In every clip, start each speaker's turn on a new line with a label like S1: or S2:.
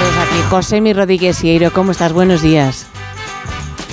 S1: Pues José Mi Rodríguez Ieiro, ¿cómo estás? Buenos días.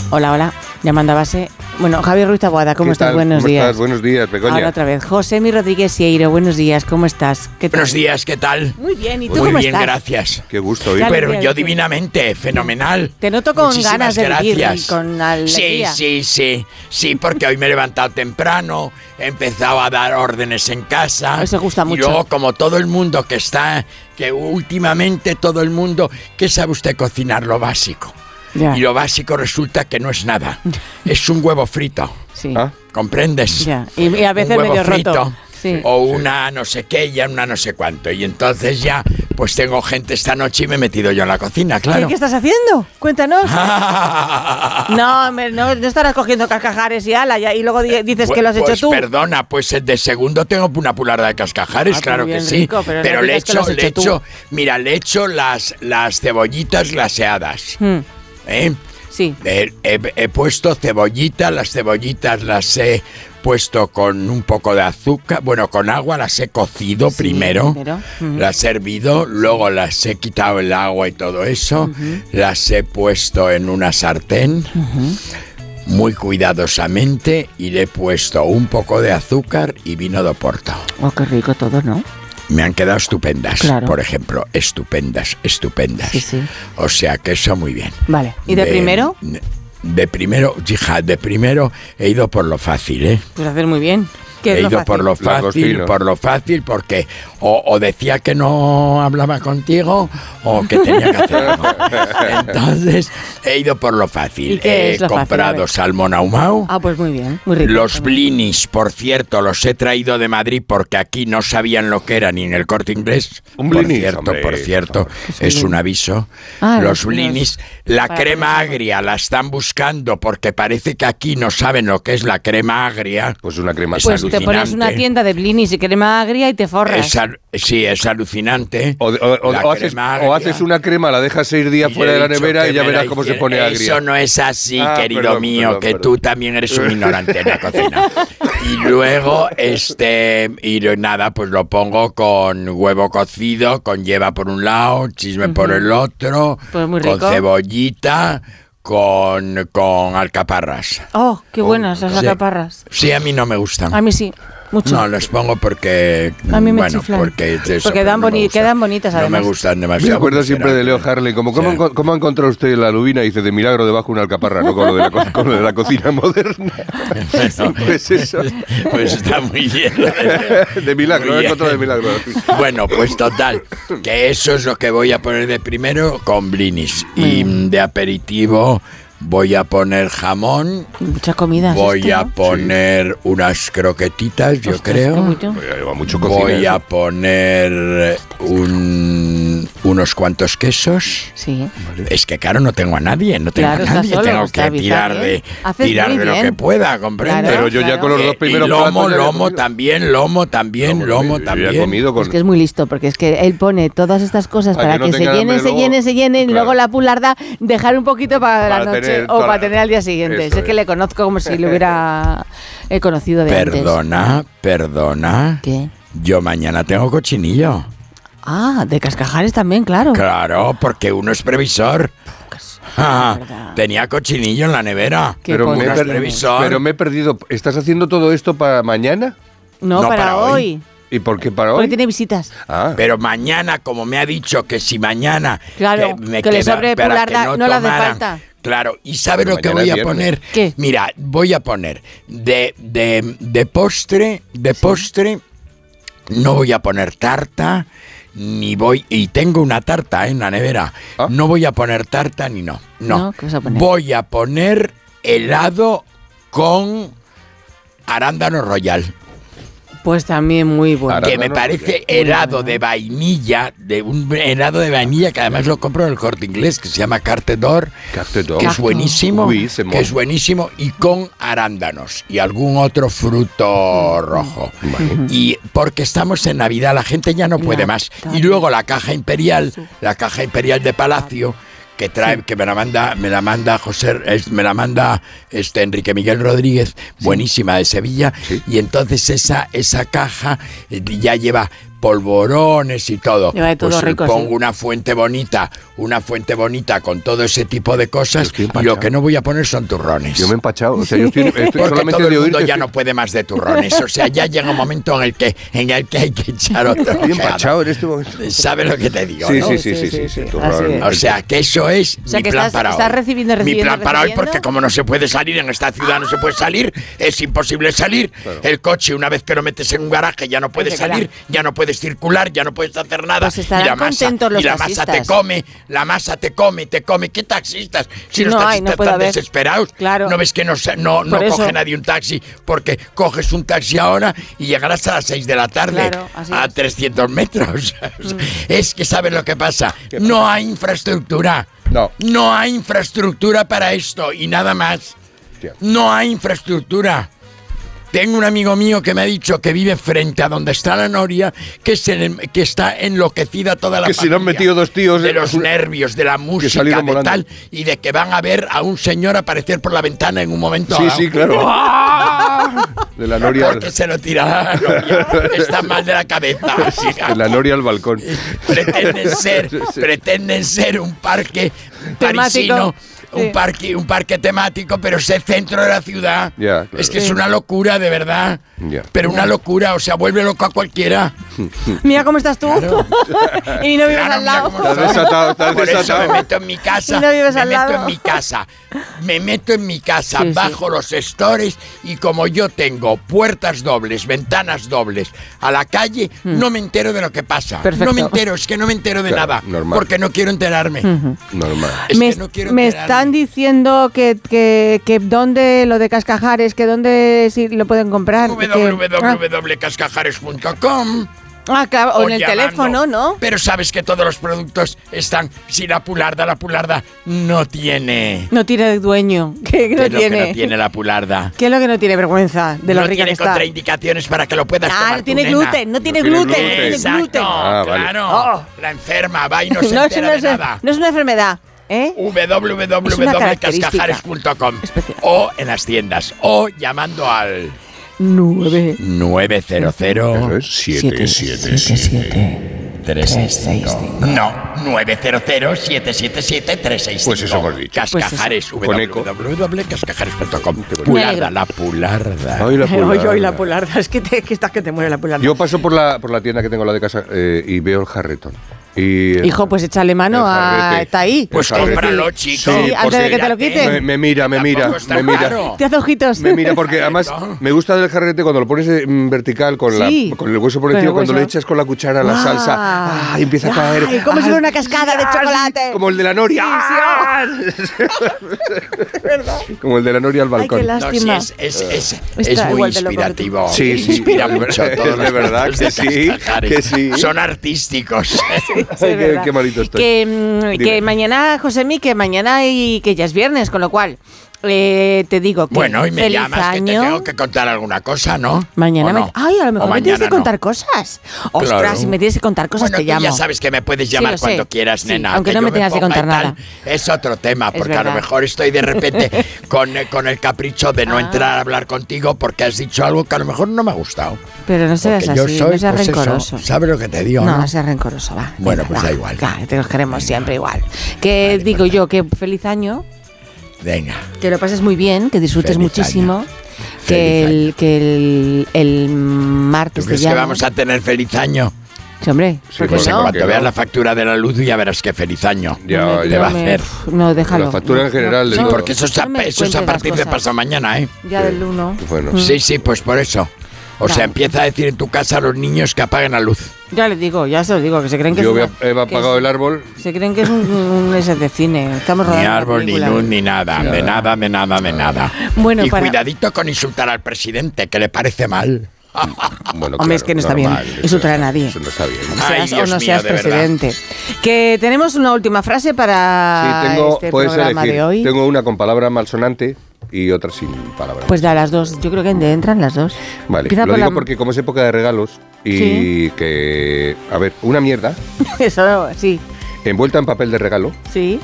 S1: Hola, hola. Llamando a base. Bueno, Javier Ruiz Taboada, ¿cómo
S2: ¿Qué
S1: estás?
S2: tal?
S1: Buenos
S2: ¿Cómo
S1: días.
S2: estás? Buenos días, Begoña.
S1: Ahora otra vez. José Mi Rodríguez Sieiro, buenos días, ¿cómo estás? ¿Qué tal?
S3: Buenos días, ¿qué tal?
S1: Muy bien, ¿y tú
S3: Muy
S1: cómo
S3: bien,
S1: estás?
S3: gracias.
S2: Qué gusto oír.
S1: Dale,
S3: Pero
S1: bien,
S3: yo
S1: bien.
S3: divinamente, fenomenal.
S1: Te noto con
S3: Muchísimas
S1: ganas de vivir y
S3: gracias.
S1: con alegría.
S3: Sí, sí, sí. Sí, porque hoy me he levantado temprano, he empezado a dar órdenes en casa.
S1: Eso gusta mucho.
S3: Y luego, como todo el mundo que está, que últimamente todo el mundo, ¿qué sabe usted cocinar? Lo básico.
S1: Ya,
S3: Y lo básico resulta que no es nada. Es un huevo frito.
S1: sí.
S2: Ah,
S3: ¿Comprendes?
S1: Ya, y- y a veces
S3: un huevo
S1: medio
S3: frito,
S1: roto. Sí.
S3: O una no sé qué y una no sé cuánto. Y entonces ya, pues tengo gente esta noche y me he metido yo en la cocina,
S1: ¿Qué,
S3: claro. Ah,
S1: qué estás haciendo? Cuéntanos. No, hombre, no, no estarás cogiendo cascajares y ala ya, y luego di- dices que lo has hecho
S3: Pues
S1: tú.
S3: perdona, pues de segundo tengo una pularda de cascajares,
S1: Ah,
S3: claro
S1: muy
S3: que
S1: bien
S3: sí.
S1: rico, pero no
S3: le
S1: digas que lo
S3: echo,
S1: has
S3: le
S1: hecho tú.
S3: echo, mira, le echo las, las cebollitas glaseadas.
S1: Mm,
S3: ¿eh?
S1: sí.
S3: Eh, He, he puesto cebollitas, las cebollitas las he puesto con un poco de azúcar, bueno, con agua las he cocido
S1: Sí,
S3: primero,
S1: primero, ujú.
S3: las he hervido, luego las he quitado el agua y todo eso, las he puesto en una sartén muy cuidadosamente y le he puesto un poco de azúcar y vino de Oporto.
S1: Oh, qué rico todo, ¿no?
S3: Me han quedado estupendas,
S1: Claro.
S3: por ejemplo, estupendas, estupendas.
S1: Sí, sí.
S3: O sea que eso muy bien.
S1: Vale. ¿Y de, primero?
S3: De primero, hija, de primero he ido por lo fácil, ¿eh?
S1: Pues hacer muy bien. ¿Qué es
S3: He
S1: lo
S3: ido
S1: fácil?
S3: Eh, por lo fácil,
S2: cocino.
S3: por lo fácil, porque o, o decía que no hablaba contigo o que tenía que hacer algo. Entonces, he ido por lo fácil.
S1: ¿Y qué
S3: he
S1: es lo fácil? A
S3: comprado
S1: ver.
S3: salmón ahumado.
S1: Ah, pues muy bien. Muy rico.
S3: Los blinis, por cierto, los he traído de Madrid porque aquí no sabían lo que era ni en el corte inglés.
S2: Un
S3: por
S2: blinis,
S3: cierto,
S2: hombre,
S3: por cierto,
S1: es un
S3: es un
S1: blini?
S3: aviso.
S1: Ah,
S3: los
S1: los-
S3: blinis, la
S1: para
S3: crema
S1: ponerlo.
S3: agria la están buscando porque parece que aquí no saben lo que es la crema agria.
S2: pues una crema
S3: Pues
S1: Pues te
S3: alucinante.
S1: pones una tienda de blinis y crema agria y te forras.
S3: Es al- sí, es alucinante.
S2: O, de- o- o-
S3: La
S2: o haces,
S3: crema
S2: o
S3: agria.
S2: haces una crema, la dejas seis días
S3: Y
S2: fuera
S3: he
S2: de la
S3: dicho
S2: nevera
S3: que
S2: y ya
S3: me la
S2: verás cómo se
S3: hiciera-
S2: pone agria.
S3: Eso no es así,
S2: Ah,
S3: querido
S2: perdón,
S3: mío,
S2: perdón,
S3: que
S2: perdón.
S3: tú también eres un ignorante en la cocina. Y luego, este, y lo- nada, pues lo pongo con huevo cocido, con lleva por un lado, chisme por el otro,
S1: Pues muy
S3: con
S1: rico.
S3: cebollita, con, con alcaparras.
S1: Oh, qué buenas las
S3: sí.
S1: acaparras.
S3: Sí, a mí no me gustan.
S1: A mí sí, mucho.
S3: No, los pongo porque.
S1: A mí me
S3: bueno,
S1: chiflan.
S3: porque, es eso,
S1: Porque
S3: pero
S1: dan
S3: no me
S1: boni-
S3: gustan.
S1: quedan bonitas,
S3: No
S1: además.
S3: me gustan demasiado.
S2: Me acuerdo siempre de Leo
S3: sinceramente.
S2: Harley, como ¿cómo,
S3: Sí.
S2: enco- cómo ha encontrado usted la lubina? Dice, de milagro debajo una alcaparra, no con lo de la, co- con lo de la cocina moderna.
S3: Bueno.
S2: pues eso.
S3: Pues está muy bien. lo de-
S2: De milagro,
S3: Muy
S2: he
S3: bien.
S2: encontrado de milagro.
S3: Bueno, pues total, que eso es lo que voy a poner de primero con blinis. Y mm, de aperitivo voy a poner jamón,
S1: Mucha comida. es
S3: voy
S1: esto,
S3: a
S1: este, ¿no?
S3: poner unas croquetitas, yo
S1: Ostras, qué
S3: creo.
S1: bonito.
S2: Oye, lleva mucho cocina. ¿eh?
S3: Voy
S2: eso.
S3: a poner eh, un- unos cuantos quesos.
S1: Sí.
S3: Es que claro, no tengo a nadie, no tengo
S1: Claro,
S3: a
S1: estás
S3: nadie,
S1: solo,
S3: tengo que
S1: Gustavo, está
S3: tirar de,
S1: bien. Haces
S3: tirar
S1: muy
S3: de lo
S1: bien.
S3: que pueda, ¿comprendes?
S2: Pero yo ya
S1: Claro.
S2: con los
S3: Eh,
S2: dos
S3: y
S2: primeros
S3: lomo,
S2: platos ya había
S3: lomo
S2: comido.
S3: también, lomo también, lomo
S2: Yo ya
S3: también.
S2: he comido con...
S1: Es que es muy listo, porque es que él pone todas estas cosas
S2: Para
S1: para
S2: que
S1: que,
S2: no
S1: se
S2: tengan
S1: llenen,
S2: hambre
S1: se
S2: luego.
S1: llenen, se llenen, y
S2: Claro.
S1: luego la pularda dejar un poquito para,
S2: Para
S1: la noche
S2: tener
S1: o
S2: toda
S1: para
S2: la-
S1: tener al día siguiente.
S2: Eso
S1: es que
S2: es.
S1: le conozco como si lo hubiera eh, conocido de antes.
S3: Perdona, perdona.
S1: ¿Qué?
S3: Yo mañana tengo cochinillo.
S1: Ah, de cascajares también, claro.
S3: Claro, porque uno es previsor. Ah,
S1: verdad.
S3: tenía cochinillo en la nevera.
S1: Qué
S2: Pero me, he
S1: poco.
S3: Uno es
S2: perdido-
S3: previsor.
S2: pero me he perdido. ¿Estás haciendo todo esto para mañana?
S1: No,
S3: No,
S1: para,
S3: para
S1: hoy.
S3: hoy.
S2: ¿Y por qué para
S1: Porque
S2: hoy?
S1: tiene visitas.
S2: Ah,
S3: Pero mañana, como me ha dicho que si mañana eh,
S1: Claro, que le sobre
S3: para
S1: pular
S3: que
S1: da- no le hace
S3: tomaran-
S1: falta.
S3: Claro, y ¿sabes
S2: Pero
S3: lo que
S2: mañana
S3: voy
S2: es
S3: a
S2: viernes.
S3: poner?
S1: ¿Qué?
S3: Mira, voy a poner de, de, de postre, de postre, no voy a poner tarta, ni voy, y tengo una tarta eh, en la nevera,
S2: Ah.
S3: no voy a poner tarta ni no, no.
S1: No, ¿qué vas a poner?
S3: Voy a poner helado con arándano royal.
S1: Pues también muy bueno.
S2: Ahora-
S3: Que me
S2: Arándano,
S3: parece
S1: Muy
S3: helado
S1: bueno.
S3: de vainilla, de un helado de vainilla que además lo compro en el corte inglés, que se llama Carte d'Or,
S2: Carte d'Or.
S3: que es buenísimo,
S2: Uy, se
S3: que es
S2: mola.
S3: buenísimo, y con arándanos y algún otro fruto rojo. Y porque estamos en Navidad, la gente ya no puede
S1: Ya,
S3: más. Y
S1: también.
S3: luego la caja imperial, la caja imperial de Palacio que trae, que me la manda, me la manda José, es- me la manda este Enrique Miguel Rodríguez, buenísima de Sevilla, y entonces esa, esa caja eh, ya lleva polvorones y todo.
S1: Lleva de todo
S3: pues le
S1: rico,
S3: pongo
S1: sí.
S3: una fuente bonita, una fuente bonita con todo ese tipo de cosas
S2: estoy
S3: y
S2: empachado.
S3: lo que no voy a poner son turrones.
S2: Yo me he empachado. O sea, yo estoy, estoy
S3: Porque
S2: solamente
S3: todo el
S2: de oír
S3: mundo
S2: que
S3: ya
S2: estoy-
S3: no puede más de turrones. O sea, ya llega un momento en el que, en el que hay que echar otro.
S2: estoy
S3: ojeada.
S2: empachado en este momento.
S3: ¿Sabes lo que te digo?
S2: Sí,
S3: no?
S2: sí, sí, sí, sí, sí, tú,
S1: Así
S2: claro.
S1: es.
S3: O sea, que eso es
S1: sea,
S3: mi
S1: que
S3: plan
S1: estás-
S3: para hoy.
S1: estás recibiendo,
S3: mi
S1: recibiendo,
S3: plan para hoy,
S1: recibiendo. Ah.
S3: porque como no se puede salir en esta ciudad, no se puede salir, es imposible salir. El coche, una vez que lo metes en un garaje, ya no puedes
S1: Oye, claro.
S3: salir, ya no puedes circular, ya no puedes hacer nada.
S1: Pues estarán
S3: y la masa,
S1: contentos los
S3: y la masa te
S1: taxistas.
S3: come, la masa te come, te come. ¿Qué taxistas? Si los
S1: No hay,
S3: taxistas
S1: no puede
S3: están
S1: haber.
S3: desesperados,
S1: Claro.
S3: no ves que no, se- no, no
S1: Por eso.
S3: coge nadie un taxi, porque coges un taxi ahora y llegarás a las 6 de la tarde
S1: Claro, así
S3: a
S1: es.
S3: 300 metros. Es que sabes lo que pasa.
S2: Mm. ¿Qué pasa?
S3: No hay infraestructura.
S2: No.
S3: No hay infraestructura para esto y nada más.
S2: Hostia.
S3: No hay infraestructura. Tengo un amigo mío que me ha dicho que vive frente a donde está la noria, que, se le- que está enloquecida toda la
S2: Que se le han
S3: familia.
S2: metido dos tíos
S3: de
S2: en-
S3: los nervios, de la música, de
S2: salieron volando.
S3: tal, y de que van a ver a un señor aparecer por la ventana en un momento.
S2: Sí,
S3: dado. ¡Ah!
S2: sí, claro. De la noria al,
S3: Porque se lo tirará la noria. Está mal de la cabeza.
S2: de la noria al balcón.
S3: pretenden ser, pretenden ser un parque parisino,
S1: Temático, sí.
S3: un parque, un parque temático, pero ser centro de la ciudad.
S2: Ya, claro.
S3: Es que es una locura, de verdad.
S2: Ya.
S3: Pero una locura, o sea, vuelve loco a cualquiera.
S1: Mira cómo estás tú. y no vives
S3: Claro,
S1: al
S3: mira
S1: lado.
S3: cómo lo
S2: Estás
S3: sabe.
S2: desatado, estás
S3: Por eso
S2: desatado.
S3: me meto en mi casa.
S1: Y no vives
S3: me
S1: al
S3: meto
S1: lado.
S3: en mi casa. Me meto en mi casa,
S1: Sí, sí.
S3: bajo los estores y como yo tengo puertas dobles, ventanas dobles a la calle, no me entero de lo que pasa. No
S1: Mm. Perfecto.
S3: me entero, es que no me entero de
S2: Claro,
S3: nada.
S2: normal.
S3: Porque no quiero enterarme.
S2: Normal.
S3: Es
S1: me
S3: que
S1: est-
S3: no quiero
S1: me
S3: enterarme.
S1: están diciendo que, que, que dónde lo de Cascajares, que dónde sí lo pueden comprar. que-
S3: www.cascajares.com
S1: ah, ah, claro, o en el
S3: llamando.
S1: teléfono, ¿no?
S3: Pero sabes que todos los productos están sin la pularda, la pularda no tiene.
S1: No tiene dueño. Que, que
S3: ¿Qué
S1: no
S3: es lo que
S1: tiene.
S3: no tiene la pularda?
S1: ¿Qué es lo que no tiene vergüenza de lo
S3: no
S1: rica
S3: tiene
S1: que está?
S3: contraindicaciones para que lo puedas
S1: Ah,
S3: tomar
S1: no
S3: tu
S1: tiene
S3: nena.
S1: gluten, no tiene
S2: tiene
S1: gluten, no
S2: gluten.
S1: tiene
S3: Exacto,
S1: gluten.
S2: Ah, vale.
S3: claro.
S1: Oh.
S3: La enferma va y no se
S1: No es
S3: entera de
S1: una-
S3: nada. Oh.
S1: no es una enfermedad, ¿eh? Es una característica.
S3: www.cascajares.com
S1: Especial.
S3: o en las tiendas o llamando al
S1: Nueve.
S3: 900 Oh,
S2: Eso es 7, 7,
S3: 365. No, 900-777-365.
S2: Pues eso hemos dicho.
S3: Cascajares,
S2: Pues eso.
S3: www.cascajares.com.
S2: bonito.
S3: Pularda, la pularda.
S2: Ay, la
S1: Hoy, hoy la
S2: pularda.
S1: polarda, es que, te, que estás que te muere la polarda.
S2: Yo paso por la, por la tienda que tengo la de casa eh, y veo el jarretón. Y, eh,
S1: Hijo, pues échale mano
S2: el
S1: a.
S2: jarrete.
S1: Está ahí.
S3: Pues
S2: Pues
S3: cómpralo,
S2: sí.
S3: chico.
S2: Sí, antes
S1: de que te lo
S3: Mírate.
S1: quiten.
S2: me, me mira, me mira,
S3: Tampoco está
S2: me mira.
S3: caro.
S1: Te hace ojitos.
S2: Me mira porque además me gusta del jarrete cuando lo pones mm, vertical con,
S1: Sí.
S2: la, con el hueso por
S1: Con el
S2: encima, cuando
S1: hueso.
S2: le echas con la cuchara la
S1: Ah.
S2: salsa, ah, y empieza a caer.
S1: Ay, como si
S2: Ah,
S1: fuera una cascada de
S2: ah,
S1: chocolate.
S2: Como el de la noria. ah. como el de la noria al balcón.
S1: qué
S3: No,
S1: lástima. Eh.
S3: sí, es, es, es, es
S1: Está
S3: muy
S1: igual de loco que tú.
S3: inspirativo.
S2: Sí, sí,
S3: inspira
S2: es ver-
S3: mucho.
S2: es
S3: todos los
S2: de verdad
S3: productos
S2: que
S3: de
S2: sí,
S3: Cascajares.
S2: que sí.
S3: Son artísticos.
S1: Sí, es
S2: Qué-
S1: verdad.
S2: qué malito estoy.
S1: Que, mm,
S2: Dime.
S1: que mañana, Josemi, que mañana y que ya es viernes, con lo cual eh, te digo que
S3: Bueno, y me
S1: feliz
S3: llamas
S1: año.
S3: que te tengo que contar alguna cosa, ¿no?
S1: Mañana
S3: ¿O
S1: me-
S3: no?
S1: Ay, a lo
S3: ¿O
S1: mejor me tienes
S3: mañana
S1: que
S3: no?
S1: contar cosas. Ostras,
S3: Claro.
S1: si me tienes que contar cosas
S3: bueno,
S1: te
S3: tú
S1: llamo.
S3: ya sabes que me puedes
S1: Sí, lo
S3: llamar
S1: sé.
S3: cuando quieras,
S1: Sí,
S3: nena.
S1: aunque
S3: que
S1: no
S3: yo
S1: me tengas que
S3: ponga y
S1: contar
S3: tal,
S1: nada.
S3: Es otro tema, porque a lo
S1: verdad.
S3: mejor estoy de repente con, eh, con el capricho de no
S1: Ah.
S3: entrar a hablar contigo porque has dicho algo que a lo mejor no me ha gustado.
S1: Pero no seas
S3: Porque
S1: así,
S3: yo soy,
S1: no seas
S3: pues, eso,
S1: rencoroso.
S3: ¿Sabes lo que te digo?
S1: No,
S3: no?
S1: seas rencoroso, va.
S3: Bueno,
S1: Venga,
S3: pues
S1: va.
S3: da igual. pues
S1: Claro, te los queremos siempre igual. Que digo yo, que feliz año,
S3: Venga.
S1: que lo pases muy bien, que disfrutes
S3: Feliz
S1: muchísimo.
S3: año.
S1: Que,
S3: Feliz
S1: el, que el, el
S3: ¿Tú
S1: martes te
S3: crees que
S1: llamo.
S3: vamos a tener feliz año?
S1: Sí, hombre,
S2: Sí,
S1: ¿por qué
S2: Pues
S3: Pues en
S1: no?
S2: porque
S3: cuanto veas
S2: no.
S3: la factura de la luz ya verás que feliz año.
S2: Ya,
S1: No me-
S2: ya.
S1: no
S3: va a
S1: me-
S3: hacer.
S1: pf, No, déjalo.
S2: La factura en general,
S1: de
S2: le digo.
S3: Porque eso es a, eso es a partir de pasado mañana, ¿eh?
S1: Ya del Mm. 1.
S2: Bueno,
S3: Sí, sí, pues por eso. O sea,
S1: Vale.
S3: empieza a decir en tu casa a los niños que apaguen la luz.
S1: Ya les digo, ya se los digo, que se creen que
S2: yo
S1: es
S2: había-
S1: una-
S2: he
S1: que
S2: apagado
S1: es-
S2: el árbol.
S1: Se creen que es un, un ese de cine. Estamos
S3: Ni
S1: rodando. una
S3: árbol, ni
S1: película.
S3: luz, ni nada. De nada, de nada, de nada.
S1: Bueno,
S3: y
S1: para-
S3: cuidadito con insultar al presidente, que le parece mal.
S2: Bueno,
S1: Hombre, es que no está bien.
S2: normal,
S1: Insultar a nadie.
S2: Eso no está bien.
S3: Ay,
S1: Seas o
S3: Dios
S1: no
S3: mío,
S1: seas
S3: de verdad.
S1: presidente. Que tenemos una última frase para
S2: Sí, tengo,
S1: este
S2: puedes
S1: programa
S2: elegir.
S1: de hoy.
S2: Tengo una con palabra malsonante y otra sin palabra.
S1: Pues da las dos. Yo creo que entran las dos.
S2: vale,
S1: Empieza
S2: lo
S1: por
S2: digo
S1: la-
S2: porque como es época de regalos y
S1: Sí.
S2: que, a ver, una mierda
S1: Eso, sí,
S2: envuelta en papel de regalo
S1: sí.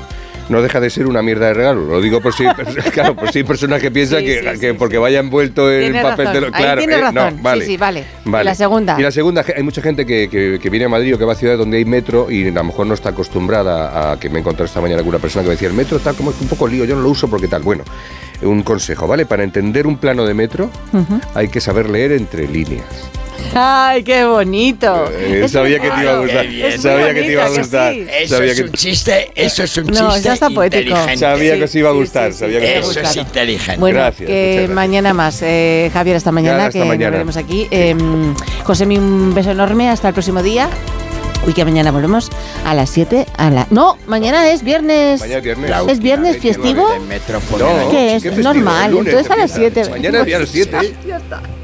S2: no deja de ser una mierda de regalo. Lo digo por si, claro, por si hay personas que piensan
S1: Sí,
S2: que,
S1: sí, sí,
S2: que
S1: sí.
S2: porque vaya envuelto en
S1: Tienes
S2: papel
S1: razón.
S2: de lo-
S1: Ahí
S2: Claro,
S1: tienes
S2: eh, no,
S1: razón. Sí,
S2: vale.
S1: sí, vale. ¿Y la segunda?
S2: Y la segunda, hay mucha gente que, que- que viene a Madrid o que va a ciudades donde hay metro y a lo mejor no está acostumbrada a que me encontré esta mañana alguna persona que me decía, el metro está como un poco lío, yo no lo uso porque tal. Bueno, un consejo, ¿vale? Para entender un plano de metro
S1: Mm.
S2: hay que saber leer entre líneas.
S1: Ay, qué bonito.
S2: Eh,
S1: Es
S2: sabía
S1: muy
S2: que te iba a
S1: bonito.
S2: gustar.
S3: qué bien. Es muy
S2: Sabía que te iba a
S1: bonito, que
S2: gustar.
S1: sí.
S3: Eso
S2: Sabía
S3: es
S2: que-
S3: un chiste, eso es un
S1: No,
S3: chiste
S1: ya está poético.
S3: inteligente.
S2: Sabía que os iba a
S1: Sí, sí,
S2: gustar,
S1: sí,
S2: sabía
S1: sí,
S2: que os
S1: sí,
S2: iba
S3: Eso
S2: a
S1: claro.
S3: es
S2: gustar.
S3: inteligente.
S1: Bueno,
S2: Gracias, muchas
S1: que
S2: gracias.
S1: mañana más. Eh, Javier, hasta mañana,
S2: Claro, hasta
S1: que
S2: mañana.
S1: nos veremos aquí. Eh, José, un beso enorme. Hasta el próximo día. Uy, que mañana volvemos a las 7. A la... No, mañana es viernes.
S2: Mañana es viernes.
S1: ¿Es viernes
S2: Claro,
S1: festivo?
S3: Del metro, poner
S2: No.
S1: ¿Qué es?
S2: ¿Qué festivo?
S1: Normal.
S2: El lunes
S1: Entonces a las
S2: empieza.
S1: 7.
S2: Mañana es día 7.